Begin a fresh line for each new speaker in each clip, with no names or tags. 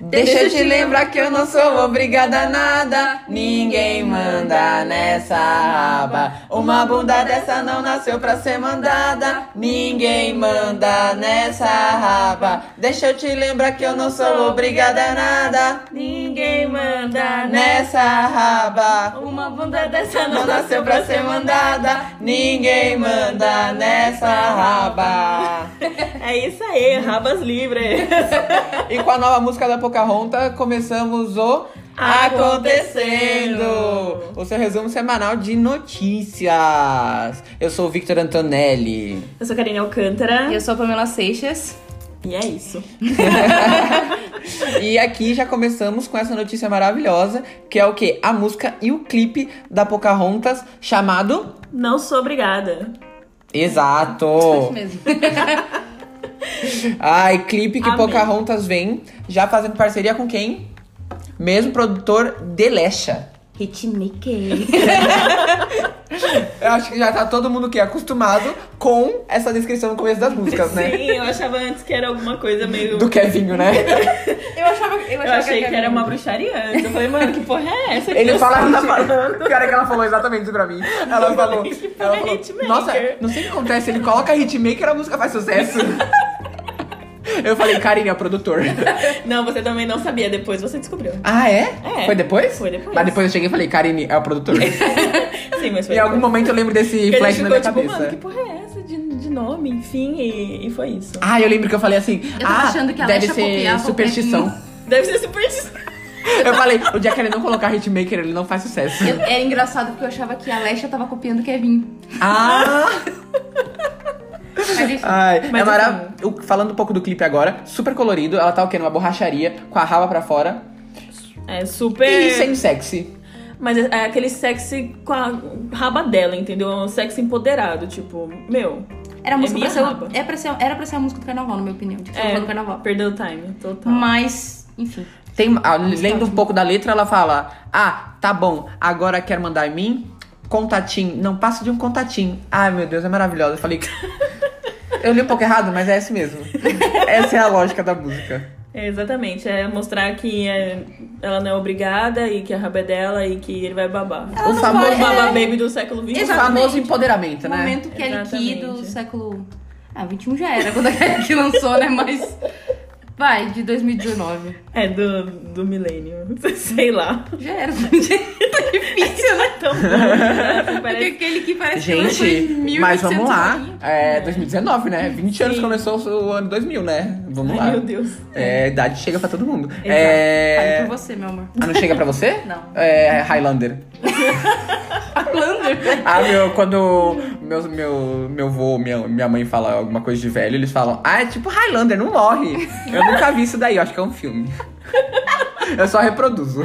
Deixa eu te lembrar que eu não sou obrigada a nada. Ninguém manda nessa aba. Uma bunda dessa não nasceu pra ser mandada. Ninguém manda nessa aba. Deixa eu te lembrar que eu não sou obrigada a nada.
Ninguém manda
Nessa aba.
Uma bunda dessa
Não nasceu pra ser mandada. Ninguém manda nessa raba.
É isso aí, rabas livres.
E com a nova música da Pocahontas, começamos o Acontecendo! O seu resumo semanal de notícias. Eu sou o Victor Antonelli.
Eu sou Karine Alcântara.
E Eu sou a Pamela Seixas.
E é isso.
E aqui já começamos com essa notícia maravilhosa, que é o quê? A música e o clipe da Pocahontas chamado
Não sou obrigada.
Exato.
Isso mesmo.
Ai, clipe que
Amei.
Pocahontas vem já fazendo parceria com quem? Mesmo produtor Delecha.
Hitmaker.
Eu acho que já tá todo mundo que acostumado com essa descrição no começo das músicas, né?
Sim, eu achava antes que era alguma coisa meio.
Do Kevinho, né?
Eu achava, eu
Eu
achava
achei que era uma bruxaria antes. Eu falei, mano, que porra é essa? que
Ele
você
fala
tá
Hitmaker.
falando?
Cara, que ela falou exatamente isso pra mim. Ela falou.
Que porra
ela
é
falou,
hitmaker?
Nossa, não sei o que acontece. Ele coloca hitmaker a música faz sucesso. Eu falei, Karine é o produtor.
Não, você também não sabia, depois você descobriu.
Ah, é?
É.
Foi depois?
Foi depois.
Mas depois eu cheguei e falei, Karine é o produtor.
Sim, mas foi.
em algum momento eu lembro desse
Porque a
flash
gente
na minha
ficou tipo,
cabeça.
mano, que porra é essa de, de nome, enfim, e, e foi isso.
Ah, eu lembro que eu falei assim.
tô
ah,
achando que a
deve
Alexa
ser
copiava o
superstição.
Deve ser super dis-
Eu falei, o dia que ele não colocar hitmaker, ele não faz sucesso.
Eu- Era engraçado porque eu achava que a Alexia tava copiando o Kevin.
Ah!
Mas então. enfim.
Ai,
Mas
é mara... o- Falando um pouco do clipe agora, super colorido. Ela tá o quê? Numa borracharia, com a raba pra fora.
É super.
E sem sexy.
Mas é, é aquele sexy com a raba dela, entendeu? É um sexo empoderado, tipo, meu,
Era a música
é
pra
minha
ser, o-
raba.
é pra ser- era pra ser a música do carnaval, na minha opinião. Tipo,
É.
do carnaval.
perdeu o time, total.
Mas, enfim.
Tem, ah, lendo um pouco da letra, ela fala: Ah, tá bom, agora quer mandar em mim? Contatinho, não passa de um contatinho. Ai, meu Deus, é maravilhosa. Eu falei. Eu li um pouco errado, mas é esse mesmo. Essa é a lógica da música.
É, exatamente, é mostrar que é, ela não é obrigada e que a raba é dela e que ele vai babar.
O
não
famoso,
O
vai-
baba baby do século
o
XX.
é. Exato.
famoso
exatamente.
empoderamento,
O
né?
momento que a Kelly Key do
Exatamente.
século. Ah, 21 já era quando a Kelly Key lançou, né? Mas. Vai, de 2019.
É, do, do milênio, sei lá.
Já era. tá difícil, né?
Então, né?
Porque
Parece-
aquele que parece que lançou É, em
Gente, mas vamos
1800
lá.
bolinhas.
É 2019, né? 20 anos
Sim.
começou o ano 2000, né? Vamos lá.
Ai, meu Deus.
É, a idade chega pra todo mundo.
Fale
É...
pra você, meu amor.
Ah, não chega pra você?
Não.
É Highlander.
Lander.
Ah, meu, quando meus, meu, meu vô, minha, minha mãe fala alguma coisa de velho, eles falam, ah, é tipo Highlander, não morre. Eu nunca vi isso daí, eu acho que é um filme. Eu só reproduzo.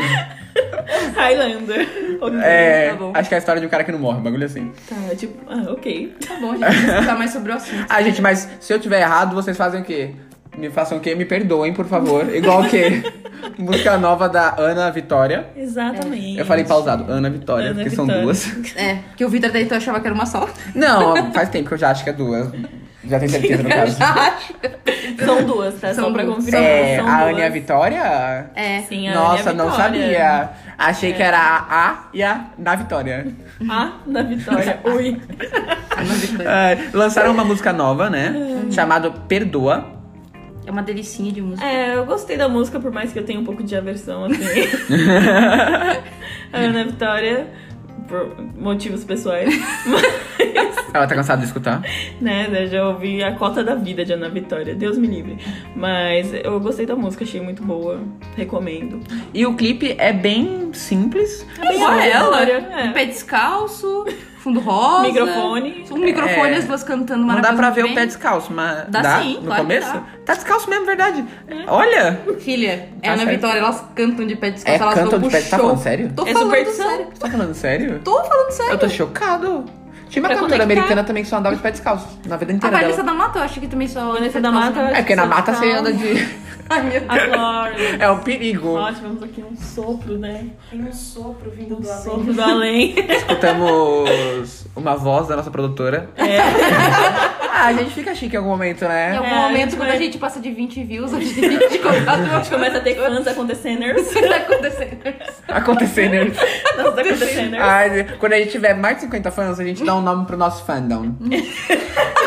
Highlander. Ok.
É,
Tá bom.
acho que é a história de um cara que não morre, um bagulho assim.
Tá, tipo, ah, ok.
Tá bom, gente. Vamos discutir mais sobre o assunto.
Ah, gente, mas se eu tiver errado, vocês fazem o quê? Me façam o quê? Me perdoem, por favor. Igual o quê? Música nova da Ana Vitória.
Exatamente.
Eu falei pausado, Ana Vitória,
Ana
porque são
Vitória.
duas.
É, porque o Vitor daí tu achava que era uma só.
É Não, faz tempo que eu já acho que é duas. Já tenho certeza, no caso.
São duas, tá?
São
Só pra
duas.
confirmar.
É,
são
a
duas.
Ana e a Vitória?
É.
Sim, a
Nossa,
Ana e a
não
Vitória. É.
sabia. Achei que era a A e a na Vitória.
A na Ah, Vitória. Ui.
É, lançaram uma música nova, né? Chamada Perdoa.
É uma delicinha de música.
É, eu gostei da música, por mais que eu tenha um pouco de aversão, assim. a Ana Vitória, por motivos pessoais,
Ela tá cansada de escutar?
né? Eu já ouvi a cota da vida de Ana Vitória, Deus me livre. Mas eu gostei da música, achei muito boa, recomendo.
E o clipe é bem simples.
bem
Só
aleatória,
ela.
é.
Um pé descalço, fundo rosa.
Microfone.
Um microfone,
É.
as duas cantando
Não dá pra ver o pé
maravilhosamente
descalço, mas
Dá
dá,
sim,
no
claro que
começo?
dá. É.
Tá descalço mesmo, verdade. Olha,
bem. Filha, é
Tá
Ana
certo.
Vitória, elas cantam de pé descalço.
É,
elas
cantam
vão
de
pro
pé- tá
show.
falando sério?
Tô
É
falando
superstição.
sério.
você tá falando sério?
Tô falando sério.
Eu tô chocado. Tinha uma
Pra
cantora
conectar.
americana também que só andava de pé descalço na vida
A
inteira dela.
Vanessa da Mata, eu acho que também só.
Vanessa da Mata, eu
É porque na mata você
Tá.
anda de.
Ai, meu
A Glória.
É um perigo.
Ó, tivemos aqui um sopro, né?
Tem um sopro vindo
Um sopro do além.
Escutamos uma voz da nossa produtora.
É.
Ah, a gente fica chique em algum momento,
Em
né?
algum
É, a
momento,
gente
quando
vai-
a gente passa de 20 views, a gente contrata
A gente começa a ter fãs acontecendo.
O que tá acontecendo?
Acontecendo.
É
Nossa, acontecendo.
Ai, quando a gente tiver mais de 50 fãs, a gente dá um nome pro nosso fandom.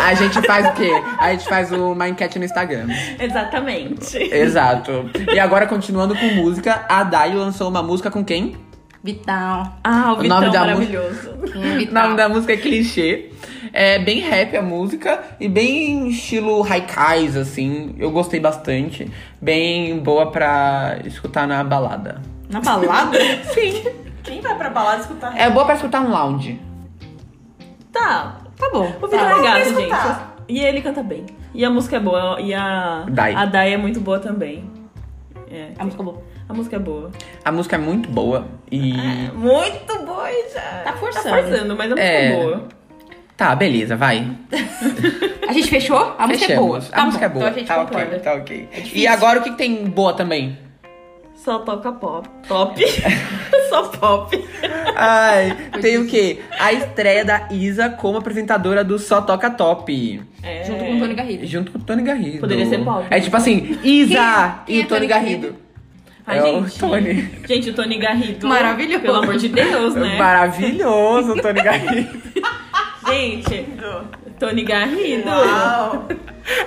a gente faz o quê? A gente faz uma enquete no Instagram.
Exatamente.
Exato. E agora, continuando com música, a Dai lançou uma música com quem?
Vital.
Ah, o
O
Vitão
nome da
maravilhoso.
Quem
O
é
nome
Vital?
da música é clichê. É bem rap a música e bem estilo haikais, assim. Eu gostei bastante. Bem boa pra escutar na balada.
Na balada?
Sim.
Quem vai pra balada escutar?
É boa pra escutar um lounge.
Tá.
Tá bom.
O Vitor
tá.
é gato,
escutar.
gente. E ele canta bem. E a música é boa. E a
Dai.
a Dai é muito boa também. É.
A música é boa.
A música é boa.
A música é muito boa e.
É, Muito boa já.
Tá forçando.
Tá forçando, mas a música é,
É.
boa.
Tá, beleza, vai.
A gente fechou? A música é boa.
Fechamos.
Tá
A música é
bom.
boa.
Então a gente
tá
concorda.
ok, tá ok. e agora o que que tem boa também?
Só toca pop. Top. Só pop.
Ai, tem o quê? A estreia da Isa como apresentadora do Só Toca Top.
É.
Junto com o Tony Garrido.
Junto com o Tony Garrido.
Poderia ser né? Paulo.
É tipo assim, Isa
Quem- quem
e
é
o Tony
Tony Garrido?
Garrido.
Ai,
é
gente.
o Tony.
Gente, o Tony Garrido.
Maravilhoso.
Pelo amor de Deus, né?
Maravilhoso o Tony Garrido.
Gente, Tony Garrido.
Uau.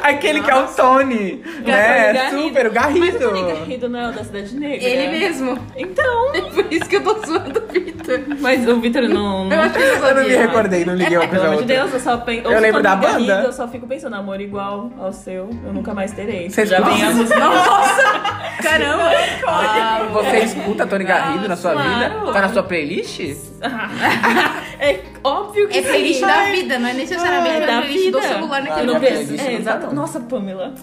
Aquele que é o Tony.
Tony
Né?
Garrido.
Super, o Garrido.
Mas o Tony Garrido não é o da Cidade Negra?
Ele mesmo.
Então.
É por isso que eu tô zoando o Vitor.
Mas o Vitor não. não-
Eu acho que eu
Eu não me
zoei.
recordei, não liguei uma
né? É, Pelo
coisa a
amor de
outra.
Deus, eu só penso.
Eu lembro da banda.
eu só fico pensando, amor igual ao seu, eu nunca mais terei.
Vocês
Já vem a
gostam?
música.
Caramba.
Ah, Você escuta Tony Garrido na sua
Claro.
vida? Tá na sua playlist?
É óbvio que
É feliz
sim.
da vida, não é necessariamente
É da
a playlist do
vida.
celular
Ah,
Eu
naquele
não
minha
momento.
penso.
playlist
É,
não tá,
exato.
não.
Nossa, Pamela.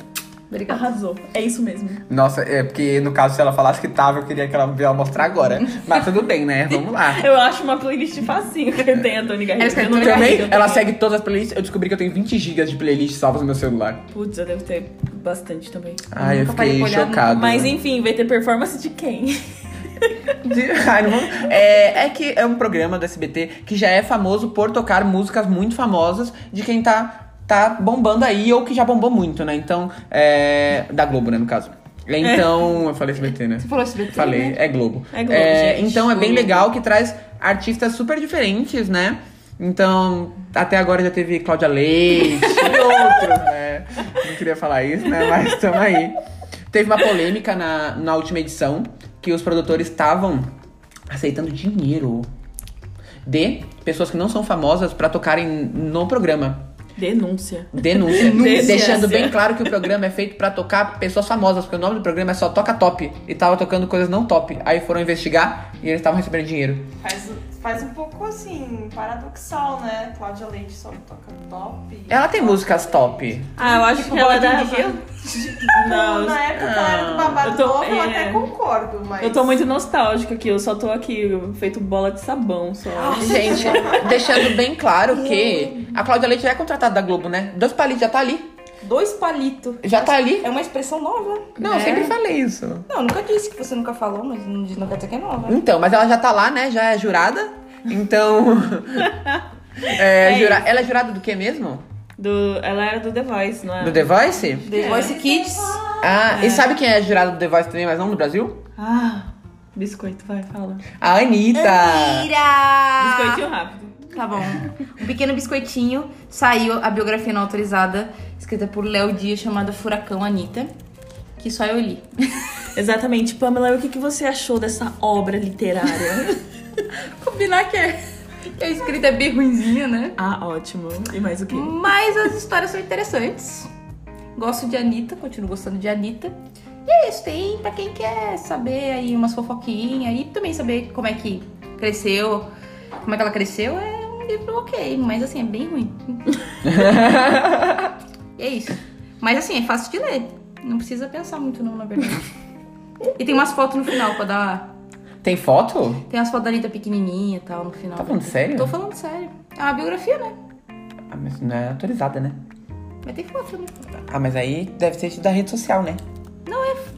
Arrasou. É isso mesmo.
Nossa, é porque no caso, se ela falasse que tava, eu queria que ela viesse mostrar agora. Mas tudo bem, né? Vamos lá.
Eu acho uma playlist facinho que tem a
Ela
Tony Garrido.
escreve
Eu não
é Tony
Também,
eu
ela
tenho-
segue todas as playlists. Eu descobri que eu tenho 20 GB de playlists salvas no meu celular.
Putz, eu devo ter bastante também.
Ai, eu
nunca parei
fiquei
pra olhar,
chocado.
Mas enfim, vai ter performance de quem?
De- Ai, não vamos- é, é que é um programa do SBT que já é famoso por tocar músicas muito famosas de quem tá, tá bombando aí ou que já bombou muito, né? Então, é. Da Globo, né, no caso. Então, eu falei SBT, né?
Você falou SBT?
Falei,
né?
é Globo.
É Globo, gente.
Então é bem
Globo.
legal que traz artistas super diferentes, né? Então, até agora já teve Cláudia Leite e outros, né? Não queria falar isso, né? Mas estamos aí. Teve uma polêmica na, na última edição que os produtores estavam aceitando dinheiro de pessoas que não são famosas pra tocarem no programa.
Denúncia.
Denúncia.
Denúncia.
Deixando bem claro que o programa é feito pra tocar pessoas famosas, porque o nome do programa é só Toca Top. E tava tocando coisas não top. Aí foram investigar e eles estavam recebendo dinheiro.
Faz, faz um pouco assim, paradoxal, né? Cláudia Leite só toca top.
É,
Ela tem músicas top.
Ah, eu acho
Tipo,
que ela dá.
Bolinha de Gelo?
Não,
Na época ela era do babado
eu tô-
novo, eu
é.
até concordo, mas.
Eu tô muito nostálgica aqui, eu só tô aqui feito bola de sabão só.
Gente, deixando bem claro que a Cláudia Leite já é contratada da Globo, né? Dois palitos já tá ali.
Dois palitos.
Já tá ali. É.
É uma expressão nova?
Não, eu sempre falei isso.
Não, nunca disse que você nunca falou, mas não, não quer dizer que é nova.
Então, mas ela já tá lá, né? Já é jurada. Então. é, jura- Ela é jurada do que mesmo?
Do, ela era É. do The Voice, não é?
Do The Voice?
The Voice Kids.
Ah, e sabe quem é jurada do The Voice também, mas não no Brasil?
Ah, biscoito, vai, fala.
A Anitta!
Ah.
Mentira!
Biscoitinho rápido.
Tá bom. Um pequeno biscoitinho. Saiu a biografia não autorizada, escrita por Léo Dias, chamada Furacão Anitta. Que só eu li.
Exatamente, Pamela, o que, que você achou dessa obra literária?
Combinar que, é- que a escrita é bem ruimzinha, né?
ah, ótimo. E mais o quê?
Hum.
Mas as histórias são interessantes. Gosto de Anitta, continuo gostando de Anitta. E é isso, tem pra quem quer saber aí umas fofoquinhas e também saber como é que cresceu, como é que ela cresceu, é um livro ok, mas assim, é bem ruim. e é isso. Mas assim, é fácil de ler. Não precisa pensar muito não, na verdade. E tem umas fotos no final pra dar.
Tem foto?
Tem umas fotos da Anitta pequenininha e tal no final.
Tá falando sério?
Tô falando sério. É uma biografia, né?
Ah, mas não é autorizada, né?
Vai ter foto, né?
Ah, mas aí deve ser isso da rede social, né?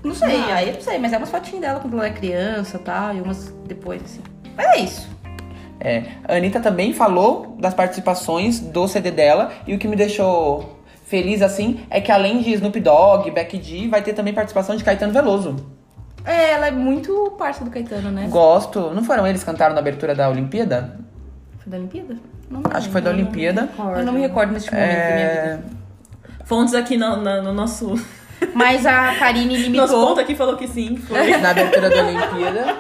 Não sei, aí eu não sei, mas é umas fotinhas dela quando ela é criança e tal, e umas depois, assim. Mas é isso.
É. A Anitta também falou das participações do CD dela e o que me deixou feliz assim é que além de Snoop Dogg, Becky G, vai ter também participação de Caetano Veloso.
É, ela é muito parça do Caetano, né?
Gosto. Não foram eles que cantaram na abertura da Olimpíada?
Foi da Olimpíada? Não me
Acho que
lembro,
foi da
eu não-
Olimpíada.
Eu não me recordo neste momento da minha vida.
É...
Fontes aqui no, na- no nosso.
Mas a Karine
Nosso
limitou.
ponto aqui falou que sim. Foi,
Na abertura da Olimpíada.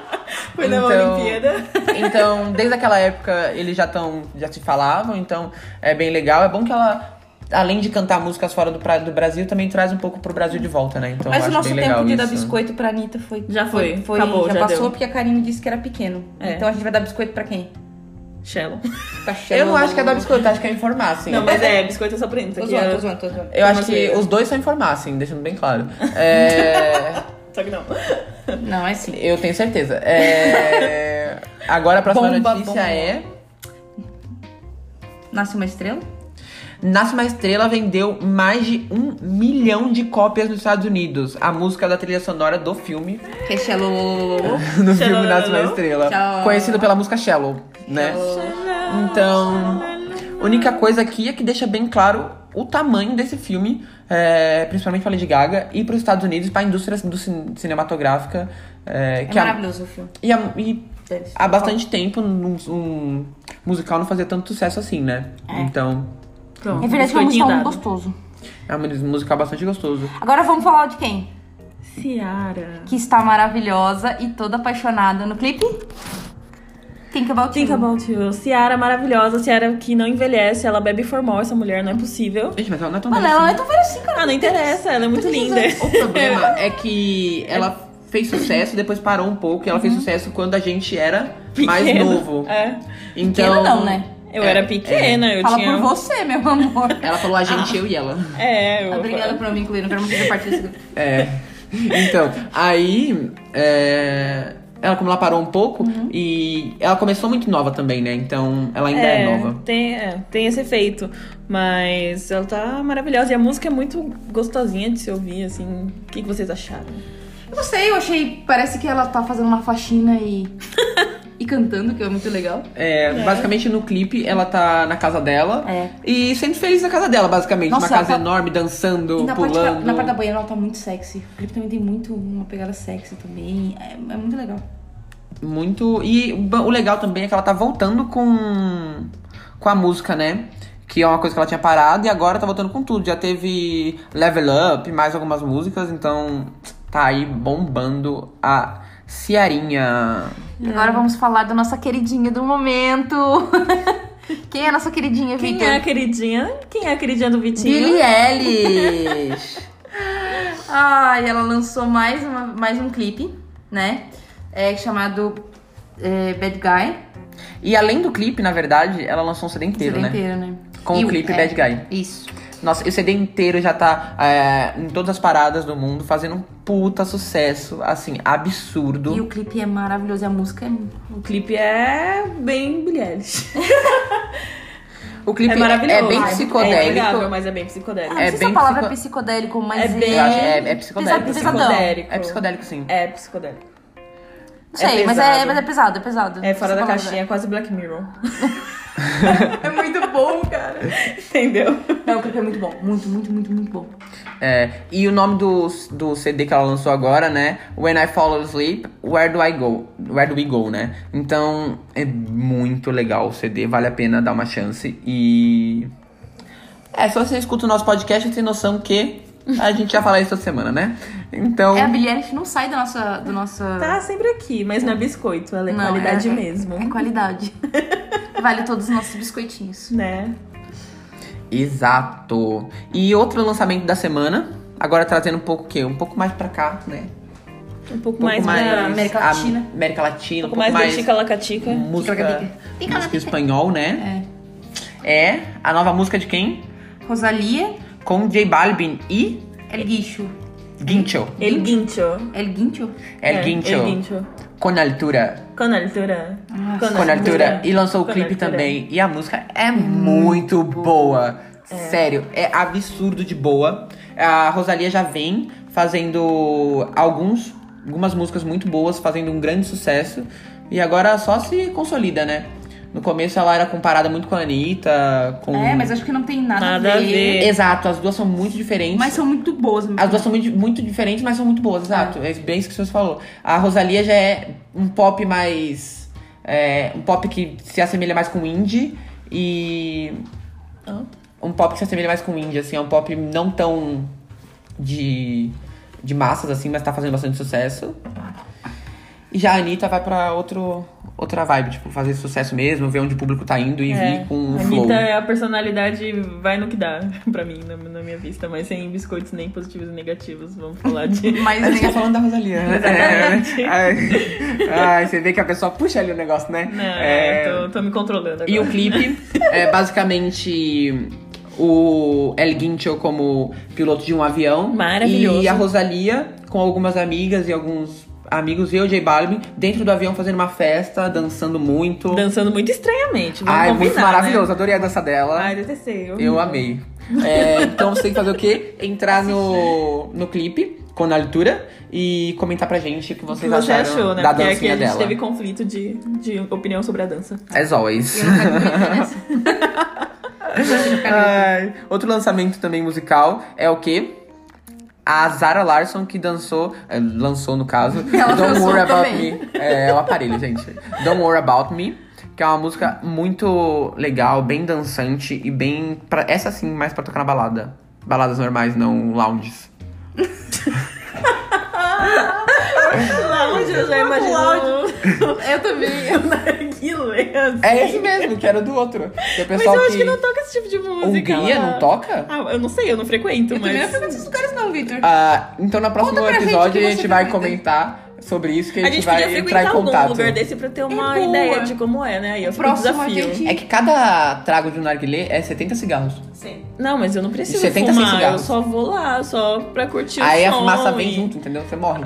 foi na
Então-
Olimpíada.
Então, desde aquela época eles já estão, já se falavam, então é bem legal. É bom que ela, além de cantar músicas fora do, pra- do Brasil, também traz um pouco pro Brasil de volta, né? Então
Mas
eu
o
acho
nosso
bem
tempo
legal
de
isso. né?
dar biscoito pra Anitta foi.
Já foi, acabou,
já,
já
passou
deu.
porque a Karine disse que era pequeno.
É.
Então a gente vai dar biscoito pra quem?
Shallow.
Pra
Eu
Shannon?
não acho que é dar biscoito, acho que é informar, assim.
Não, mas é, biscoito é só pra isso
Tô
aqui.
zoando,
é-
tô zoando, tô zoando.
Eu acho
Mas
que
é.
os dois são informar, assim, deixando bem claro. É,
Só que não.
Não, é assim.
eu tenho certeza. É, agora a próxima
Bomba,
notícia
bomba.
é...
Nasce uma estrela?
Nasce uma Estrela vendeu mais de um milhão de cópias nos Estados Unidos. A música da trilha sonora do filme
Que é Shallow.
no filme
Shallow.
Nasce uma Estrela.
Shallow.
Conhecido pela música Shallow, né? Então, a única coisa aqui é que deixa bem claro o tamanho desse filme, é, principalmente pra Lady Gaga, e pros Estados Unidos, pra indústria do cin- cinematográfica. é,
É
que a-
maravilhoso o filme.
e, a- e
Deles.
há bastante tempo um, um musical não fazia tanto sucesso assim, né? Então,
Pronto,
É verdade que é um
biscoitinho
musical muito
dado.
gostoso.
é um musical bastante gostoso.
Agora vamos falar de quem?
Ciara.
Que está maravilhosa e toda apaixonada no clipe? Think About
Think
You.
about you. Ciara maravilhosa, Ciara que não envelhece, ela bebe formal, essa mulher não é possível.
Gente, mas ela não é tão
Mano,
velha
ela não
assim.
é tão velha assim, cara.
Ah, não interessa, ela é muito linda.
O problema é que ela
É.
fez sucesso, depois parou um pouco, e ela
Uhum.
fez sucesso quando a gente era mais
Pequena.
novo.
É.
Então,
Pequena não, né?
Eu
É,
era pequena, eu
Fala
tinha. um-
por você, meu amor.
Ela falou a
Ah.
gente, eu e ela.
É, eu.
Obrigada por me incluir, não quero mais fazer parte desse grupo.
É. Então, aí. é, Ela, como ela parou um pouco,
Uhum.
e ela começou muito nova também, né? Então ela ainda é, nova.
Tem, é, tem esse efeito. Mas ela tá maravilhosa. E a música é muito gostosinha de se ouvir, assim. O que, que vocês acharam?
Eu não sei, eu achei. Parece que ela tá fazendo uma faxina e. e cantando, que é muito legal.
É, Basicamente no clipe, ela tá na casa dela
É.
e sendo feliz na casa dela, basicamente.
Nossa,
Uma casa
ela tá-
enorme, dançando,
E na parte, da,
pulando.
na parte da banheira ela tá muito sexy. O clipe também tem muito uma pegada sexy também. É, é muito legal.
Muito. E o ba- o legal também é que ela tá voltando com, com a música, né? Que é uma coisa que ela tinha parado e agora tá voltando com tudo. Já teve Level Up, mais algumas músicas, então tá aí bombando a Ciarinha.
Agora vamos falar da nossa queridinha do momento. Quem é a nossa queridinha,
Quem
Vitor?
é a queridinha? Quem é a queridinha do Vitinho?
Billie Eilish!
Ai, ela lançou mais, uma- mais um clipe, né? É, chamado é, Bad Guy.
e além do clipe, na verdade, ela lançou um CD inteiro,
CD
né?
inteiro, né?
Com
E
o clipe
é,
Bad Guy.
Isso.
Nossa, e o CD inteiro já tá é, em todas as paradas do mundo, fazendo um puta sucesso, assim, absurdo.
E o clipe é maravilhoso, e a música é.
O clipe é bem Billie Eilish.
O clipe
é
é,
maravilhoso.
é bem
É
psicodélico.
inegável, mas é bem psicodélico.
Ah, não
É
sei se
bem
a palavra
psico-
é psicodélico, mas
É bem-
Eu acho que é, é psicodélico.
Pesa-
sim.
pesadão.
É psicodélico, sim.
É psicodélico.
Não sei, mas, é,
pesado.
mas é pesado, é pesado.
É fora
Essa
da
palavra.
caixinha, é quase Black Mirror.
É muito bom, cara.
Entendeu?
Não, o clipe é muito bom. Muito, muito, muito, muito bom.
É, e o nome do, do CD que ela lançou agora, né? When I Fall Asleep, Where Do I Go? Where Do We Go, né? Então, é muito legal o CD, vale a pena dar uma chance. E... É, se você escuta o nosso podcast, você tem noção que a gente já falar isso toda semana, né? Então...
É, a Billie Eilish não sai da nossa... Do nossa...
Tá sempre aqui, mas não é biscoito, ela é
Não,
qualidade
é-
mesmo.
É qualidade. vale todos os nossos biscoitinhos.
Né?
Exato. E outro lançamento da semana, agora trazendo um pouco o quê? Um pouco mais pra cá, né?
Um pouco
Um
mais, pra
América Latina.
a- América Latina,
Um pouco mais Hum. da Tica Lacatica.
música,
Tica
música em espanhol, né?
É.
É a nova música de quem?
Rosalia,
Com J Balvin e
El Guicho.
Guincho.
El Guincho.
El Guincho?
El
É,
Guincho.
El Guincho.
Com altura.
Con altura.
Nossa.
Com altura. E lançou o
Con
clipe
altura.
também. E a música é muito boa. Sério, é absurdo de boa. A Rosalia já vem fazendo alguns, algumas músicas muito boas, fazendo um grande sucesso. E agora só se consolida, né? No começo ela era comparada muito com a Anitta, com.
É, mas acho que não tem nada,
Nada a ver.
Exato, as duas são muito diferentes.
Mas são muito boas. muito
As duas são muito, muito diferentes, mas são muito boas, exato. É bem isso que você falou. A Rosalia já é um pop mais. é, um pop que se assemelha mais com indie e. Um pop que se assemelha mais com indie, assim. É um pop não tão de, de massas, assim, mas tá fazendo bastante sucesso. E já a Anitta vai pra outro, outra vibe, tipo, fazer sucesso mesmo, ver onde o público tá indo e vir com o
a
flow.
Anitta é a personalidade, vai no que dá, pra mim, na, na minha vista. Mas sem biscoitos nem positivos e negativos, vamos falar de...
Mas né,
A gente tá
nem-
falando da Rosalia.
Exatamente.
É, ai, ai, você vê que a pessoa puxa ali o negócio, né?
Não,
É,
tô, tô me controlando agora.
E o clipe é basicamente o El Guincho como piloto de um avião.
Maravilhoso.
E a Rosalia com algumas amigas e alguns amigos e o J Balvin dentro do avião fazendo uma festa, dançando muito.
Dançando muito estranhamente, vamos
Ai,
combinar,
muito maravilhoso. Adorei a dança dela.
Né? Ai, detestei. Eu...
Eu amei. É, então você tem que fazer o quê? Entrar no, no clipe com na altura e comentar pra gente o que
O que
vocês
você
acharam
achou, né?
da
Porque aqui
dancinha
a gente
dela.
teve conflito de, de opinião sobre a dança.
As always.
Eu não quero né? comentar nessa.
Ai, Outro lançamento também musical é o quê? A Zara Larson que dançou, eh, lançou no caso,
Ela
Don't
dançou
Worry About
também.
Me. É, é o aparelho, gente. Don't Worry About Me, que é uma música muito legal, bem dançante e bem. Pra, essa sim, mais pra tocar na balada. Baladas normais, não lounges.
Lounge, eu já imagino.
Eu também.
o narguilé.
É esse mesmo, que era do outro. Que o
Mas
pessoal
eu acho que não toca esse tipo de música.
Hungria
lá.
não toca?
Ah, eu não sei, eu não frequento,
Eu também não
mas.
frequento esses lugares não, Victor.
Ah, então no próximo
Conta pra gente o
episódio
que
a
você
gente vai
acredita.
comentar sobre isso, que a
A
gente,
gente
vai entrar
podia
em
frequentar algum
contato.
lugar desse pra ter uma
boa.
ideia de como é, né? Aí eu fico
Próximo a
desafio.
gente-
É que cada trago de um narguilé é 70 cigarros.
Sim.
Não, mas eu não preciso
70
fumar,
cigarros.
eu só vou lá, só pra curtir
Aí
o
a
som.
fumaça vem
e-
junto, entendeu? Você morre.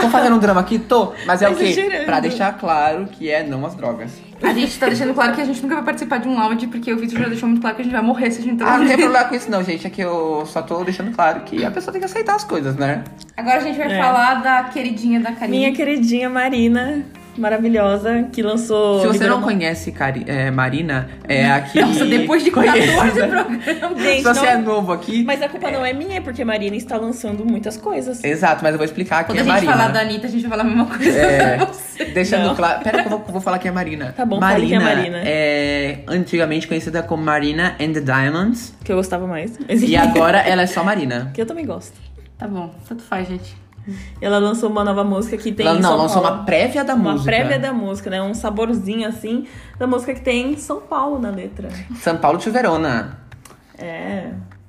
Tô fazendo um drama aqui? Tô. Mas é o quê?
Exagerando.
Pra deixar claro que é não as drogas.
A gente tá deixando claro que a gente nunca vai participar de um lounge, porque o Victor já deixou muito claro que a gente vai morrer se a gente entrar.
Ah, não tem problema com isso não, gente. É que eu só tô deixando claro que a pessoa tem que aceitar as coisas, né?
Agora a gente vai
É.
falar da queridinha da Karine.
Minha queridinha Marina, maravilhosa, que lançou.
Se você
Libera-
não conhece Cari- é, Marina,
Né?
é aqui...
Nossa, depois de 14
Conhece, né?
programas.
Se
Gente,
você é
não...
novo aqui...
Mas a culpa não é minha, é porque Marina está lançando muitas coisas.
Exato, mas eu vou explicar
Quando
quem
a
é
gente
Marina.
falar da Anitta, a gente vai falar a mesma coisa
É.
pra você.
Deixando
Não.
claro. Pera que eu vou, vou falar quem é Marina.
Tá bom, fale quem é
Marina
Marina.
é antigamente conhecida como Marina and the Diamonds.
Que eu gostava mais. Mas
E
enfim,
agora ela é só Marina.
Que eu também gosto.
Tá bom, tanto faz, gente.
Ela lançou uma nova música que tem.
Ela-
em
não,
São
lançou
Paulo.
uma prévia da
Uma
música.
prévia da música, né? Um saborzinho assim da música que tem em São Paulo na letra.
São Paulo de Verona.
É.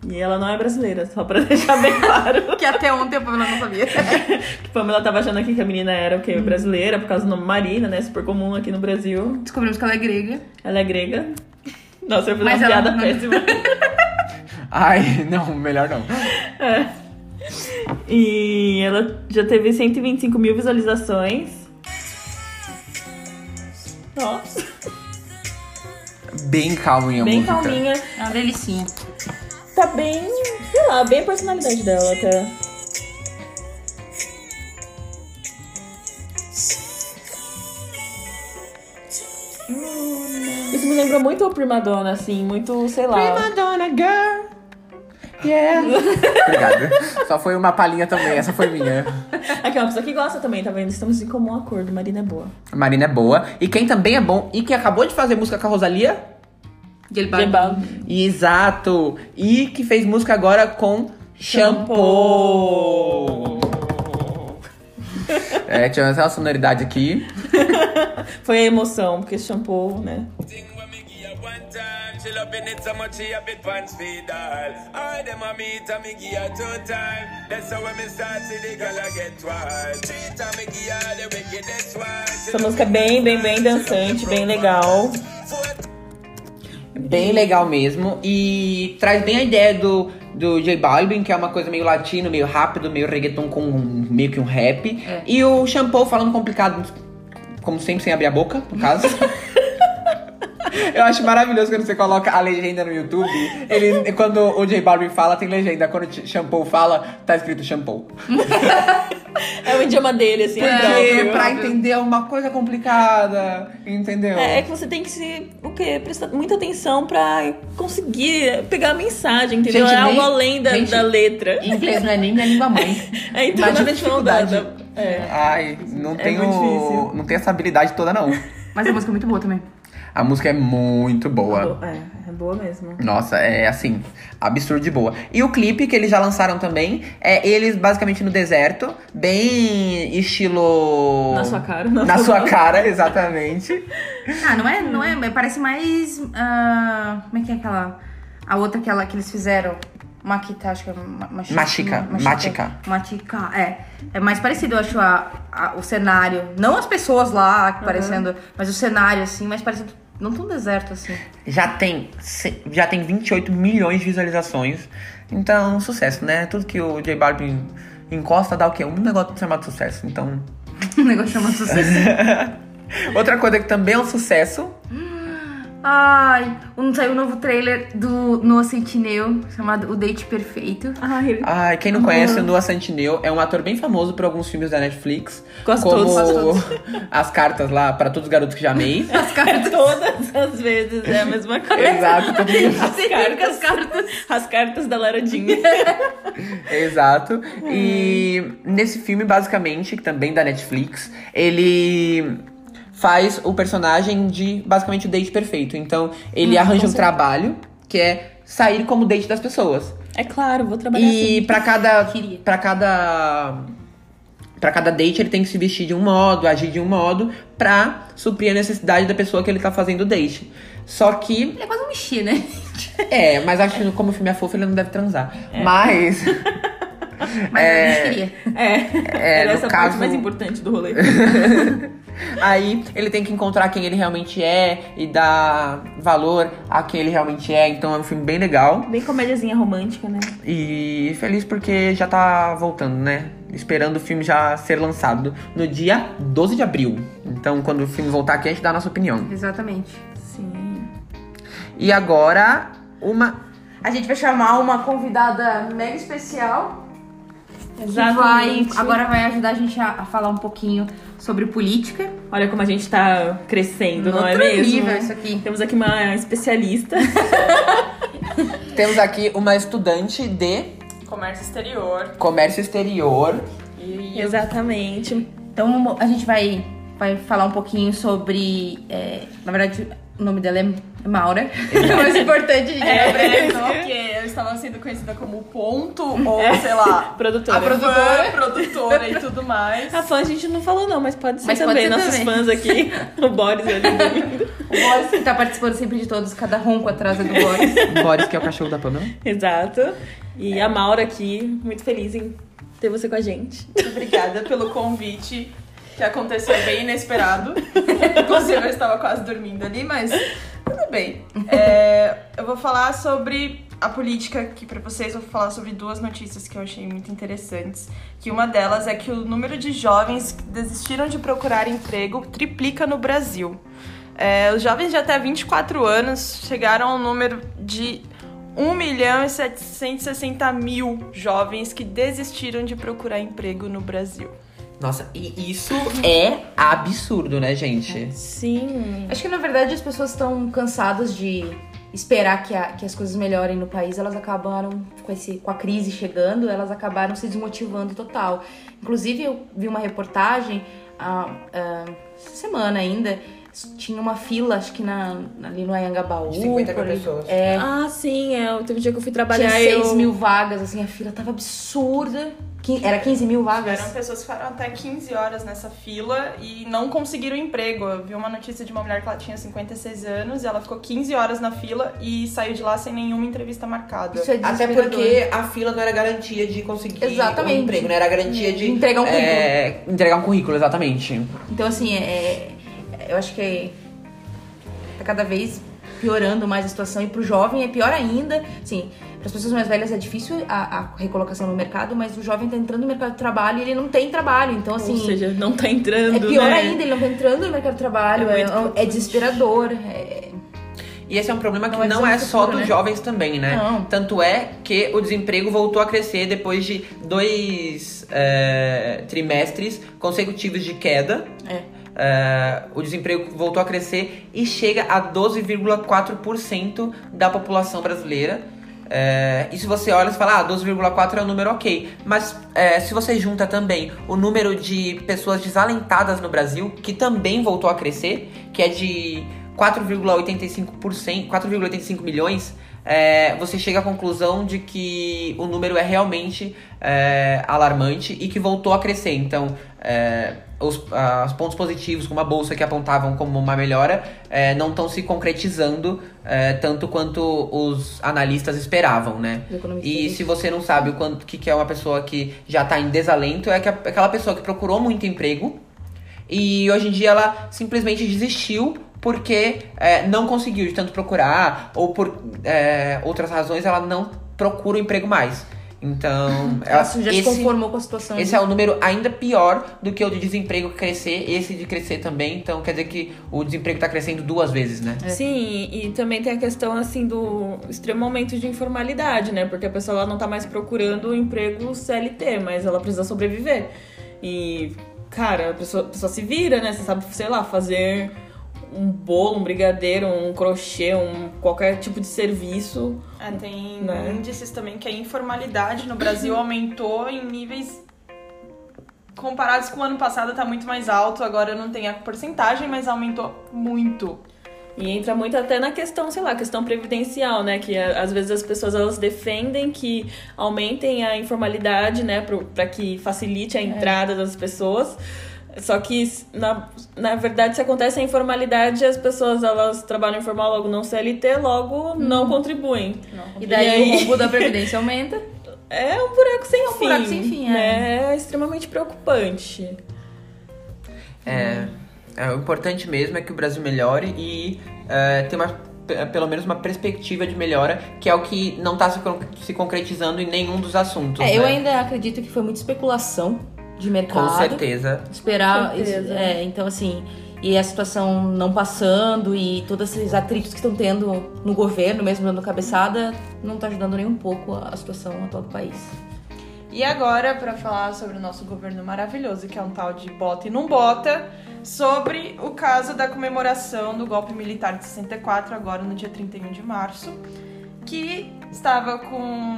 E ela não é brasileira, só pra deixar bem claro.
Que até ontem a Pamela não sabia.
que Pamela tava achando aqui que a menina era o
Uhum.
quê? Brasileira, por causa do nome Marina, né? Super comum aqui no Brasil.
Descobrimos que ela é grega.
Ela é grega. Nossa, eu fiz
Mas
uma
ela
piada
não- é
péssima.
Ai, não, melhor não.
É. E ela já teve 125 mil visualizações. Nossa,
Bem calminha a
bem
música.
calminha.
É uma delicinha.
Tá bem, sei lá, bem a personalidade dela até. Isso me lembra muito a Primadonna, assim, muito, sei lá.
Prima Donna Girl. Yeah. Obrigada. Só foi uma palhinha também, essa foi minha.
Aqui, ó, uma pessoa que gosta também, tá vendo? Estamos em comum acordo, Marina é boa.
A Marina é boa. E quem também é bom e que acabou de fazer música com a Rosalia
De ele
Exato! E que fez música agora com shampoo! É, tivemos essa sonoridade aqui.
Foi a emoção, porque esse shampoo, né?
Thing when me give her one time, she loving it so much she a bit pants feed all. All them a meet and me give her two time. That's how when me start see the girl a get wild. Three time me give her the wickedest one.
Essa música é bem, bem, bem dançante, bem legal.
Four
Bem legal mesmo. E traz bem a ideia do, do J Balvin, que é uma coisa meio latino, meio rápido, meio reggaeton com um- meio que um rap.
É.
E o shampoo falando complicado, como sempre, sem abrir a boca, no caso. Eu acho maravilhoso quando você coloca a legenda no YouTube. Ele, quando o J Balvin fala, tem legenda. Quando o Shampoo fala, tá escrito Shampoo.
É o idioma dele, assim.
Porque
próprio.
pra entender é uma coisa complicada, entendeu?
É, é que você tem que se, o quê? Prestar muita atenção pra conseguir pegar a mensagem, entendeu?
Gente,
é algo
nem-
além da,
gente,
da letra.
Inglês não é nem minha língua mãe.
É
Mas
internamente
dificuldade.
falando. É.
Ai, não
É
tenho,
muito difícil.
não tenho essa habilidade toda, não.
Mas a música é muito boa também.
A música é muito boa.
É, é boa mesmo.
Nossa, é assim, absurdo de boa. E o clipe que eles já lançaram também é eles basicamente no deserto, bem estilo.
Na sua cara.
Na sua cara, exatamente.
Ah, não é, não é, mas parece mais. ah, como é que é aquela. A outra que, ela, que eles fizeram? Maquita, acho que é. ma- machi-
Machica,
ma-
matica.
Matica, é. É mais parecido, eu acho, a, a- o cenário. Não as pessoas lá parecendo, mas o cenário, assim, mais parecido. Não tão deserto assim.
Já tem, se- já tem 28 milhões de visualizações. Então, sucesso, né? Tudo que o J Balvin encosta dá o quê? Um negócio chamado sucesso. Então.
Um negócio chamado
É,
sucesso.
Outra coisa que também é um sucesso.
Ai, um, saiu um novo trailer do Noah Centineo, chamado O Date Perfeito.
Ah, ele
Ai, quem não
Uhum.
conhece, o Noah Centineo é um ator bem famoso por alguns filmes da Netflix.
Quase
como
todos. Quase todos.
as cartas lá para todos os garotos que já amei.
As cartas.
todas as vezes é a mesma coisa.
Exato, todo mundo-
As cartas, as cartas. da Laradinha.
Exato. E
Uhum.
nesse filme, basicamente, que também da Netflix, ele faz o personagem de basicamente o date perfeito. Então, ele
Uhum,
arranja um trabalho que é sair como date das pessoas.
É claro, vou trabalhar
E
assim.
pra cada
Queria.
para cada para cada date ele tem que se vestir de um modo, agir de um modo pra suprir a necessidade da pessoa que ele tá fazendo o date. Só que
Ele é quase um mexer, né?
é, mas acho que como o filme é fofo, ele não deve transar. Mas
Mas
É.
a gente queria.
É,
É,
era
no
essa
caso-
parte mais importante do rolê.
Aí ele tem que encontrar quem ele realmente é e dar valor a quem ele realmente é. Então é um filme bem legal.
Bem comédiazinha romântica, né?
E feliz porque já tá voltando, né? Esperando o filme já ser lançado no dia 12 de abril. Então, quando o filme voltar aqui, a gente dá a nossa opinião.
Exatamente.
Sim.
E agora, uma.
A gente vai chamar uma convidada mega especial que vai,
Exatamente.
agora vai ajudar a gente a, a falar um pouquinho sobre política.
Olha como a gente tá crescendo, não é
Outro
mesmo?
nível isso aqui.
Temos aqui uma especialista.
Temos aqui uma estudante de
Comércio exterior.
comércio exterior.
E
Exatamente.
Então a gente vai, vai falar um pouquinho sobre. é, na verdade, o nome dela é Maura. É mais importante, né? a gente vai apresentar.
É, porque eu estava sendo conhecida como ponto, ou sei lá,
É. Produtora.
a produtora, produtora e tudo mais.
A fã a gente não falou não, mas pode ser
Mas pode
também.
ser
Nossos
também.
fãs aqui, o Boris e a Aline.
O Boris que tá participando sempre de todos, cada ronco atrás do Boris.
Boris, que é o cachorro da Pamela.
Exato. E a Maura aqui, muito feliz em ter você com a gente.
Obrigada pelo convite, que aconteceu bem inesperado. Inclusive, eu estava quase dormindo ali, mas tudo bem. É, eu vou falar sobre a política aqui para vocês. Eu vou falar sobre duas notícias que eu achei muito interessantes. Que uma delas é que o número de jovens que desistiram de procurar emprego triplica no Brasil. É, os jovens de até 24 anos chegaram ao número de 1 milhão e 760 mil jovens que desistiram de procurar emprego no Brasil.
Nossa, e isso é absurdo, né, gente?
Sim.
Acho que na verdade as pessoas estão cansadas de esperar que, a- que as coisas melhorem no país, elas acabaram com, esse, com a crise chegando, elas acabaram se desmotivando total. Inclusive eu vi uma reportagem ah, ah, essa semana ainda, s- tinha uma fila, acho que na, ali no Ayangabaú.
De 50 mil
por aí.
pessoas.
É,
Ah, sim, é. Teve um dia que eu fui trabalhar
tinha
e
6
eu...
mil vagas, assim, a fila tava absurda. Quin- Era 15 mil vagas.
Tiveram pessoas que ficaram até 15 horas nessa fila e não conseguiram emprego. Eu vi uma notícia de uma mulher que ela tinha 56 anos e ela ficou 15 horas na fila e saiu de lá sem nenhuma entrevista marcada.
Isso é
Até
desesperador.
porque a fila não era garantia de conseguir
Exatamente.
um emprego, não era garantia de
Entregar um currículo.
é, entregar um currículo, exatamente.
Então, assim, é, é- eu acho que é- tá cada vez piorando mais a situação. E pro jovem é pior ainda. Assim, pras pessoas mais velhas é difícil a, a recolocação no mercado, mas o jovem tá entrando no mercado de trabalho e ele não tem trabalho. Então, assim,
Ou seja, não tá entrando,
é pior
né?
ainda, ele não tá entrando no mercado de trabalho.
É
É,
muito
é desesperador. É,
E esse é um problema que
Não é
não
visão
é
do
só
futuro,
dos
né?
jovens também, né?
Não.
Tanto é que o desemprego voltou a crescer depois de dois é, trimestres consecutivos de queda.
É.
É, o desemprego voltou a crescer e chega a 12,4% da população brasileira. É, e se você olha, você fala, ah, 12,4 é um número ok. Mas é, se você junta também o número de pessoas desalentadas no Brasil, que também voltou a crescer, que é de 4,85%, 4,85 milhões, é, você chega à conclusão de que o número é realmente é, alarmante e que voltou a crescer. Então, é, os, ah, os pontos positivos, como a bolsa que apontavam como uma melhora, é, não estão se concretizando é, tanto quanto os analistas esperavam, né?
Os economistas
E
dizem.
se você não sabe o quanto que, que é uma pessoa que já tá em desalento, é que a- aquela pessoa que procurou muito emprego e hoje em dia ela simplesmente desistiu porque é, não conseguiu de tanto procurar ou por é, outras razões ela não procura o emprego mais. Então,
Ela assim, já se
esse-
conformou com a situação.
esse é um número ainda pior do que o de desemprego crescer, esse de crescer também. Então quer dizer que o desemprego tá crescendo duas vezes, né?
Sim, e e também tem a questão assim do extremo aumento de informalidade, né? Porque a pessoa ela não tá mais procurando um emprego CLT, mas ela precisa sobreviver. E, cara, a pessoa, a pessoa se vira, né? Você sabe, sei lá, fazer um bolo, um brigadeiro, um crochê, um qualquer tipo de serviço.
É, tem
Né?
índices também que a informalidade no Brasil aumentou em níveis comparados com o ano passado, tá muito mais alto. Agora eu não tenho a porcentagem, mas aumentou muito.
E entra muito até na questão, sei lá, questão previdencial, né? Que a- às vezes as pessoas elas defendem que aumentem a informalidade, né? pro- Pra que facilite
É.
a entrada das pessoas. Só que, s- na, na verdade, se acontece a informalidade, as pessoas elas trabalham informal, logo não CLT, logo
Uhum.
não contribuem.
é
E daí
E aí?
o rombo da Previdência aumenta.
É um buraco sem
um
fim.
buraco sem fim, é.
né? É extremamente preocupante.
É, é, o importante mesmo é que o Brasil melhore e é, ter uma, pe- pelo menos uma perspectiva de melhora, que é o que não tá se, con- se concretizando em nenhum dos assuntos.
É, eu
né?
ainda acredito que foi muita especulação de mercado.
Com certeza.
Esperar.
Com certeza.
é, então, assim, e a situação não passando e todos esses atritos que estão tendo no governo, mesmo dando cabeçada, não tá ajudando nem um pouco a a situação atual do país.
E agora, pra falar sobre o nosso governo maravilhoso, que é um tal de bota e não bota, sobre o caso da comemoração do golpe militar de 64, agora no dia 31 de março, que estava com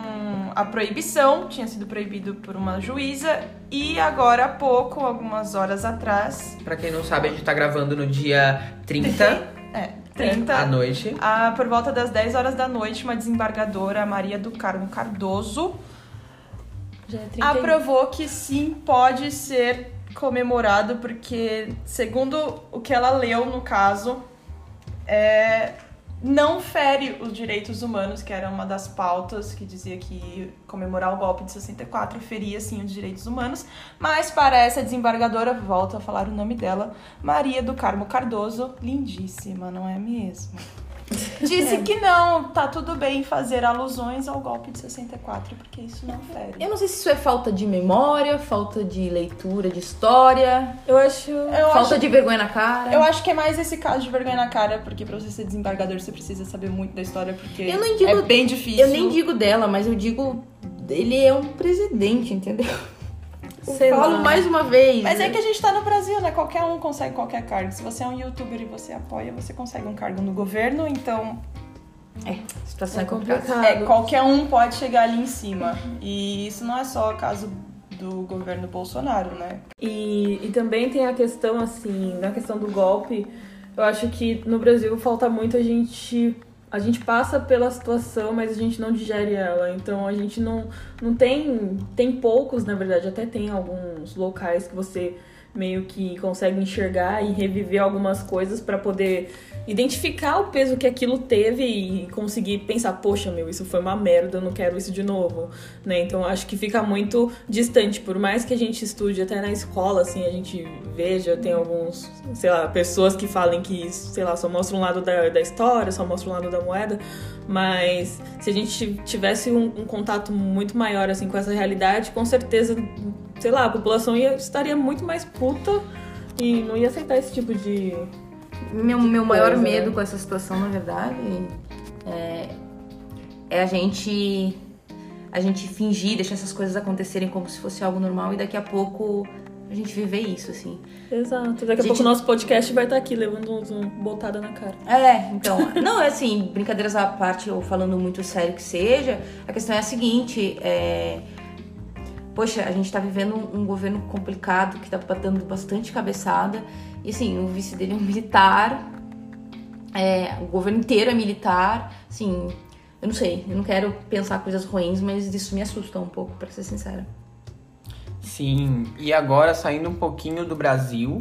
a proibição, tinha sido proibido por uma juíza, e agora há pouco, algumas horas atrás,
Pra quem não sabe, a gente tá gravando no dia 30
é,
à
30,
noite.
ah, por volta das 10 horas da noite, uma desembargadora, Maria do Carmo Cardoso,
Já é
um. aprovou que sim pode ser comemorado porque segundo o que ela leu no caso é, não fere os direitos humanos que era uma das pautas que dizia que comemorar o golpe de 64 feria sim os direitos humanos mas para essa desembargadora volto a falar o nome dela Maria do Carmo Cardoso lindíssima não é mesmo Disse que não, tá tudo bem fazer alusões ao golpe de 64, porque isso não fere.
Eu não sei se isso é falta de memória, falta de leitura, de história,
Eu acho.
Eu
falta
acho,
de vergonha na cara.
eu acho que é mais esse caso de vergonha na cara, porque pra você ser desembargador você precisa saber muito da história, porque
Eu nem digo-
é bem difícil.
Eu nem digo dela, mas eu digo. Ele é um presidente, entendeu? Eu
Sei
falo
lá.
mais uma vez.
Mas é que a gente tá no Brasil, né? Qualquer um consegue qualquer cargo. Se você é um youtuber e você apoia, você consegue um cargo no governo, então
A situação
É
é complicada.
é, qualquer um pode chegar ali em cima. E isso não é só o caso do governo Bolsonaro, né?
E, e também tem a questão, assim, na questão do golpe, eu acho que no Brasil falta muito a gente. A gente passa pela situação, mas a gente não digere ela. Então a gente não, não tem. Tem poucos, na verdade, até tem alguns locais que você meio que consegue enxergar e reviver algumas coisas pra poder identificar o peso que aquilo teve e conseguir pensar, poxa, meu, isso foi uma merda, eu não quero isso de novo né? Então acho que fica muito distante, por mais que a gente estude até na escola, assim, a gente veja, tem alguns, sei lá, pessoas que falem que, sei lá, só mostra um lado da, da história, só mostra um lado da moeda, mas se a gente tivesse um, um contato muito maior, assim, com essa realidade, com certeza, sei lá, a população ia, estaria muito mais puta e não ia aceitar esse tipo de
Meu, meu maior
coisa, né?
medo com essa situação, na verdade, é, é a gente a gente fingir, deixar essas coisas acontecerem como se fosse algo normal e daqui a pouco a gente viver isso, assim.
Exato. Daqui a
Gente-
pouco o nosso podcast vai estar aqui levando um, um botada na cara.
É, então, não, é assim, brincadeiras à parte ou falando muito sério que seja, a questão é a seguinte, é, poxa, a gente tá vivendo um, um governo complicado que tá dando bastante cabeçada, e assim, o vice dele é um militar, é, o governo inteiro é militar, assim, eu não sei, eu não quero pensar coisas ruins, mas isso me assusta um pouco, pra ser sincera.
Sim, e agora saindo um pouquinho do Brasil,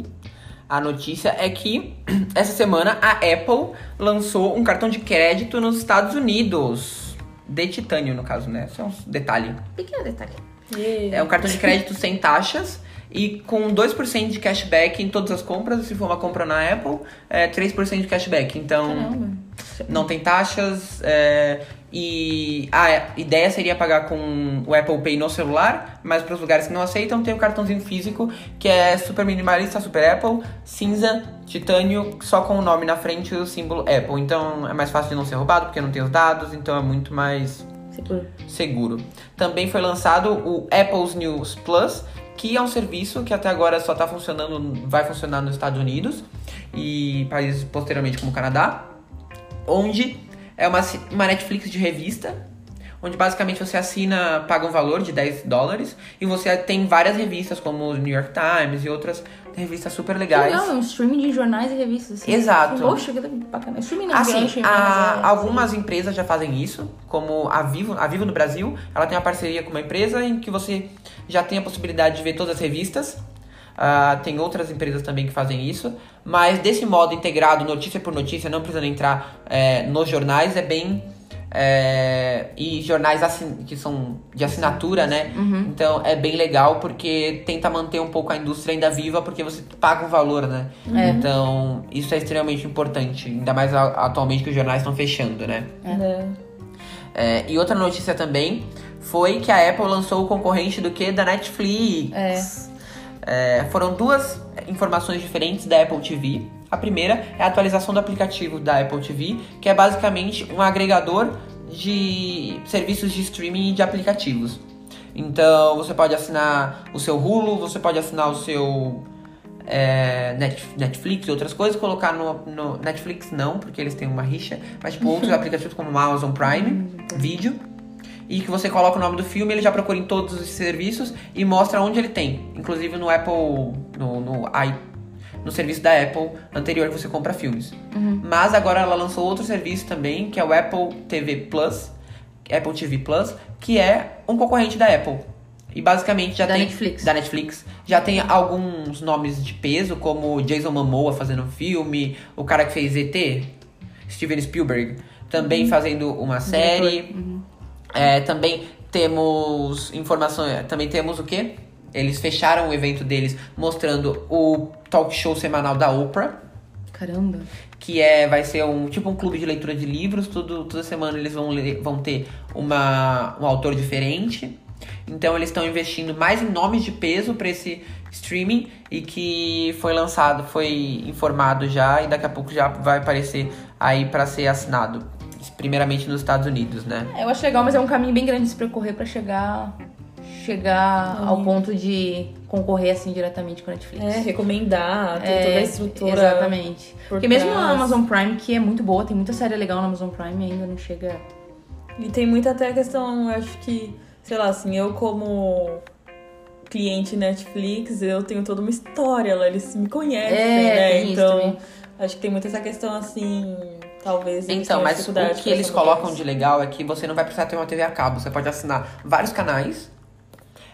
a notícia é que essa semana a Apple lançou um cartão de crédito nos Estados Unidos. De titânio, no caso, né? Só um detalhe.
Pequeno detalhe.
E...
É um cartão de crédito sem taxas e com 2% de cashback em todas as compras. Se for uma compra na Apple, é 3% de cashback. Então,
Caramba.
não tem taxas. é, e a ideia seria pagar com o Apple Pay no celular, mas para os lugares que não aceitam, tem o cartãozinho físico, que é super minimalista, super Apple, cinza, titânio, só com o nome na frente e o símbolo Apple. Então é mais fácil de não ser roubado, porque não tem os dados, então é muito mais
Seguro.
seguro. Também foi lançado o Apple's News Plus, que é um serviço que até agora só está funcionando, vai funcionar nos Estados Unidos e países posteriormente como o Canadá, onde é uma, assi- uma Netflix de revista, onde basicamente você assina, paga um valor de 10 dólares e você tem várias revistas como o New York Times e outras revistas super legais.
Legal, é um streaming de jornais e revistas. assim.
Exato.
Poxa, que bacana. Streaming não
Assim,
é streaming,
a-
mas é-
algumas empresas já fazem isso, como a Vivo, a Vivo no Brasil, ela tem uma parceria com uma empresa em que você já tem a possibilidade de ver todas as revistas. Ah, tem outras empresas também que fazem isso, mas desse modo integrado, notícia por notícia, não precisando entrar eh, nos jornais, é bem. eh, e jornais assin- que são de assinatura, né? Então é bem legal porque tenta manter um pouco a indústria ainda viva porque você paga um valor, né?
É.
Então, isso é extremamente importante, ainda mais a- atualmente que os jornais estão fechando, né?
É.
É, e outra notícia também foi que a Apple lançou o concorrente do que da Netflix. É, foram duas informações diferentes da Apple TV. A primeira é a atualização do aplicativo da Apple TV, que é basicamente um agregador de serviços de streaming e de aplicativos. Então você pode assinar o seu Hulu, você pode assinar o seu é, Net- Netflix e outras coisas, colocar no, no- Netflix não, porque eles têm uma rixa, mas tipo outros aplicativos como o Amazon
Hum,
Prime, vídeo. E que você coloca o nome do filme, ele já procura em todos os serviços e mostra onde ele tem. Inclusive no Apple. no, no, i- no serviço da Apple anterior que você compra filmes.
Uhum.
Mas agora ela lançou outro serviço também, que é o Apple TV Plus, Apple TV Plus, que é um concorrente da Apple. E basicamente já
Da
tem.
Netflix.
Da Netflix. Já tem alguns nomes de peso, como Jason Momoa fazendo um filme, o cara que fez ET, Steven Spielberg, também fazendo uma série. É, também temos informações. Também temos o quê? Eles fecharam o evento deles mostrando o talk show semanal da Oprah
Caramba.
que é vai ser um tipo um clube de leitura de livros tudo toda semana eles vão ler- vão ter uma um autor diferente então eles estão investindo mais em nomes de peso para esse streaming e que foi lançado foi informado já e daqui a pouco já vai aparecer aí para ser assinado primeiramente nos Estados Unidos né
É, Eu acho legal, mas é um caminho bem grande de se percorrer pra chegar chegar
Ao
ao
nível.
ponto de concorrer assim diretamente com a Netflix.
É, recomendar, tem
É,
toda a estrutura.
Exatamente.
por
Porque mesmo
trás.
a Amazon Prime, que é muito boa, tem muita série legal na Amazon Prime, ainda não chega.
E tem muita até a questão, eu acho que, sei lá, assim, eu como cliente Netflix, eu tenho toda uma história lá, eles me conhecem,
É,
né?
tem isso
então,
também.
acho que tem muita essa questão assim, talvez eles
Então,
tenham
mas o
dificuldade
que
pra
eles
essa mudança.
colocam de legal é que você não vai precisar ter uma TV a cabo. Você pode assinar vários canais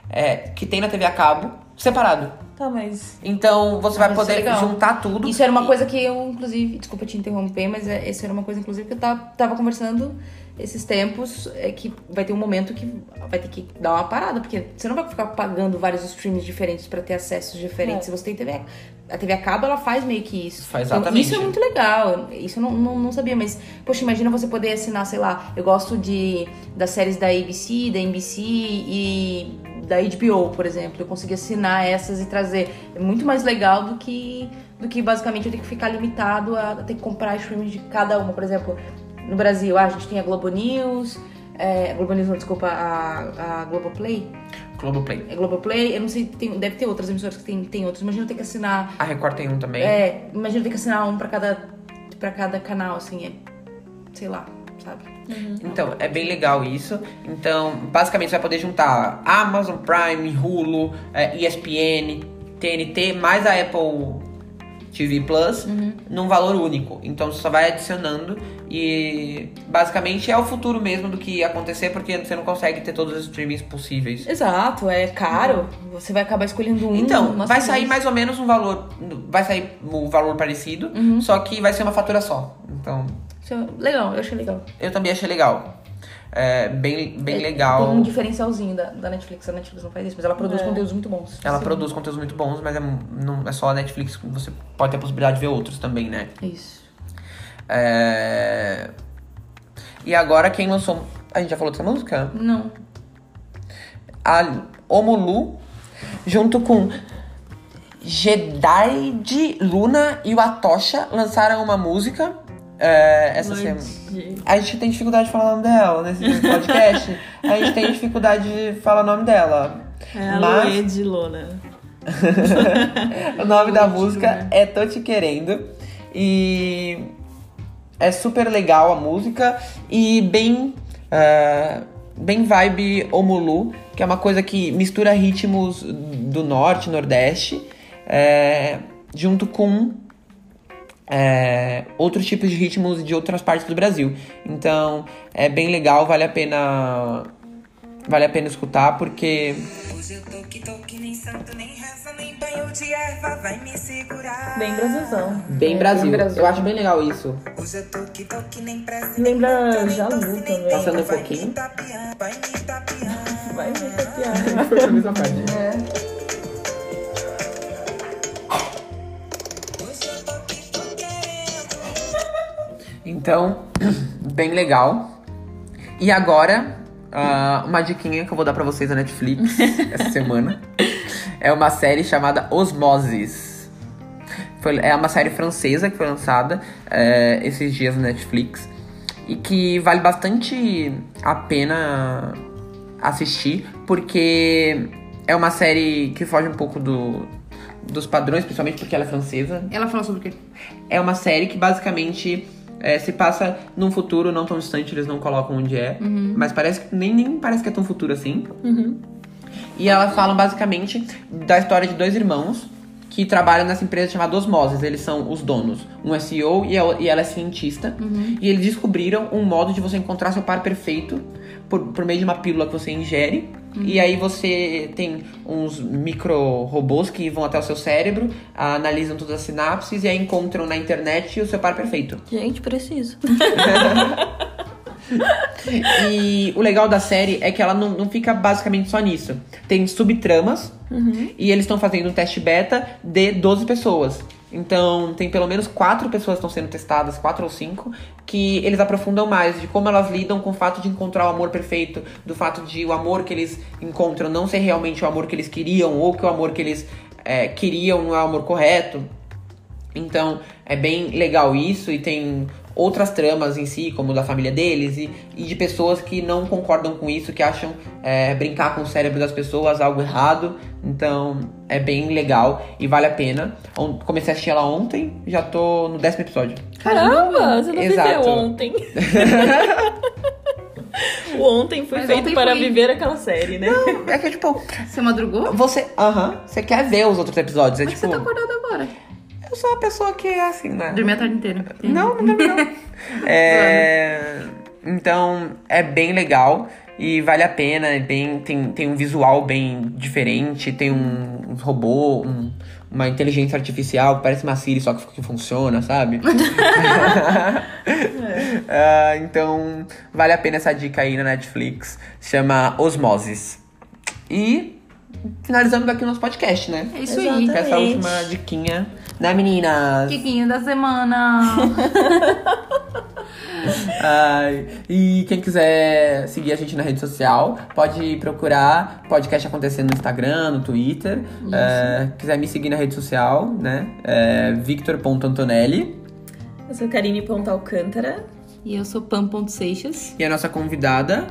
é, que tem na TV a cabo separado.
Tá, mas
Então você
Ah,
vai
isso é
poder
legal.
juntar tudo.
Isso era uma
E-
coisa que eu, inclusive, desculpa te interromper, mas é- isso era uma coisa, inclusive, que eu tava, tava conversando esses tempos, é que vai ter um momento que vai ter que dar uma parada, porque você não vai ficar pagando vários streams diferentes pra ter acessos
É.
diferentes. Se você tem é TV, a- a TV a cabo, ela faz meio que isso.
Faz
Então,
exatamente.
isso é muito legal. Isso eu não, não, não sabia, mas, poxa, imagina você poder assinar, sei lá, eu gosto de das séries da ABC, da NBC e da HBO, por exemplo. Eu consegui assinar essas e trazer. É muito mais legal do que do que basicamente eu tenho que ficar limitado a ter que comprar streaming de cada uma. Por exemplo, no Brasil, ah, a gente tem a Globo News, é, Globo News, não, desculpa, a, a Globoplay.
Globoplay.
É Globoplay, eu não sei, tem- deve ter outras emissoras que tem, tem outras. Imagina eu ter que assinar
A Record tem um também.
é, imagina ter que assinar um pra cada, pra cada canal, assim, é. Sei lá, sabe?
Então, é bem legal isso. Então, basicamente, você vai poder juntar Amazon Prime, Hulu, eh, ESPN, TNT, mais a Apple TV Plus,
Uhum.
num valor único. Então, você só vai adicionando e, basicamente, é o futuro mesmo do que ia acontecer, porque você não consegue ter todos os streamings possíveis.
Exato, é caro. Você vai acabar escolhendo um.
Então,
nossa,
vai sair
mas-
mais ou menos um valor, vai sair um valor parecido,
Uhum.
só que vai ser uma fatura só. Então,
Isso é Legal, eu achei legal.
eu também achei legal. É bem, bem
É,
legal.
Tem um diferencialzinho da, da Netflix. A Netflix não faz isso, mas ela produz conteúdos muito bons.
Ela produz conteúdos muito bons, mas é, não é só a Netflix, você pode ter a possibilidade de ver outros também, né?
Isso.
É... E agora quem lançou. A gente já falou dessa música?
Não.
A Omolu, junto com Jedi de Luna e o Atosha, lançaram uma música é, essa semana.
Lorde.
A gente tem dificuldade de falar o nome dela nesse podcast. a gente tem dificuldade de falar o nome dela.
É a
Mas-
Luê de Lona.
O nome da
Muito,
música
né?
é Tô Te Querendo. E é super legal a música e bem. ah, bem vibe Omulu, que é uma coisa que mistura ritmos do norte, nordeste, é, junto com é, outros tipos de ritmos de outras partes do Brasil. Então é bem legal, vale a pena. Vale a pena escutar, porque
Hoje eu tô que tô que nem santo, nem reza, nem banho de erva vai me segurar.
Bem brasilzão.
É, bem Brasil.
Brasil.
Eu acho bem legal isso.
Hoje eu tô que tô que nem pressa,
Lembra
nem manto,
Então,
nem
Jalu
doce, nem
também.
tempo,
Passando um
vai
pouquinho.
Me tapeando, vai me tapeando.
Vai me É. copiar.
Foi pra mesma parte.
Hoje eu tô que tô querendo.
Então, bem legal. E agora, ah, uma diquinha que eu vou dar pra vocês na Netflix essa semana. É uma série chamada Osmoses. Foi- é uma série francesa que foi lançada eh, esses dias na Netflix. E que vale bastante a pena assistir, porque é uma série que foge um pouco do- dos padrões, principalmente porque ela é francesa,
Ela fala sobre o quê?
é uma série que basicamente é, se passa num futuro não tão distante, eles não colocam onde é.
Uhum.
Mas parece que nem, nem parece que é tão futuro assim. E ela fala basicamente da história de dois irmãos que trabalham nessa empresa chamada Osmoses. Eles são os donos. Um é CEO e, a- e ela é cientista. E eles descobriram um modo de você encontrar seu par perfeito por, por meio de uma pílula que você ingere. E aí você tem uns micro-robôs que vão até o seu cérebro, analisam todas as sinapses e aí encontram na internet o seu par perfeito.
Gente, preciso.
E o legal da série é que ela não, não fica basicamente só nisso. Tem subtramas e eles estão fazendo um teste beta de 12 pessoas. Então, tem pelo menos quatro pessoas que estão sendo testadas, quatro ou cinco, que eles aprofundam mais de como elas lidam com o fato de encontrar o amor perfeito, do fato de o amor que eles encontram não ser realmente o amor que eles queriam, ou que o amor que eles eh, queriam não é o amor correto. Então é bem legal isso e tem outras tramas em si, como da família deles e, e de pessoas que não concordam com isso, que acham é, brincar com o cérebro das pessoas algo errado. Então é bem legal e vale a pena. On- comecei a assistir ela ontem, já tô no décimo episódio.
Caramba, você não
Exato.
viveu ontem. o ontem foi
Mas
feito
ontem
para
foi.
viver aquela série, né?
É que tipo,
Você madrugou?
você, aham, você quer ver os outros episódios, é
Mas
tipo,
você tá acordado agora.
eu sou uma pessoa que é assim, né?
Dormi a tarde inteira.
Não, não dormi não. É, então é bem legal e vale a pena. É bem, tem, tem um visual bem diferente, tem um, um robô, um- uma inteligência artificial que parece uma Siri, só que, que funciona, sabe? Ah, então vale a pena essa dica aí na Netflix. Chama Osmoses. E finalizamos aqui o nosso podcast, né?
É isso
Com
aí.
essa
Exatamente.
última diquinha, né, meninas?
Kiquinho da semana.
Ai, e quem quiser seguir a gente na rede social, pode procurar podcast acontecendo no Instagram, no Twitter. É, quiser me seguir na rede social, né? É Victor.antonelli.
Eu sou Karine Ponta Alcântara.
E eu sou Pam.seixas.
E a nossa convidada,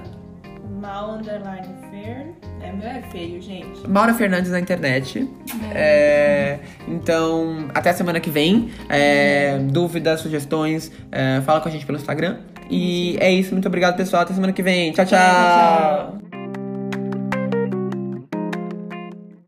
Mal underline fern. É, meu é feio, gente.
Maura Fernandes na internet. É, então, até semana que vem. É, dúvidas, sugestões, é, fala com a gente pelo Instagram. E é isso. Muito obrigado, pessoal. Até semana que vem. tchau. tchau.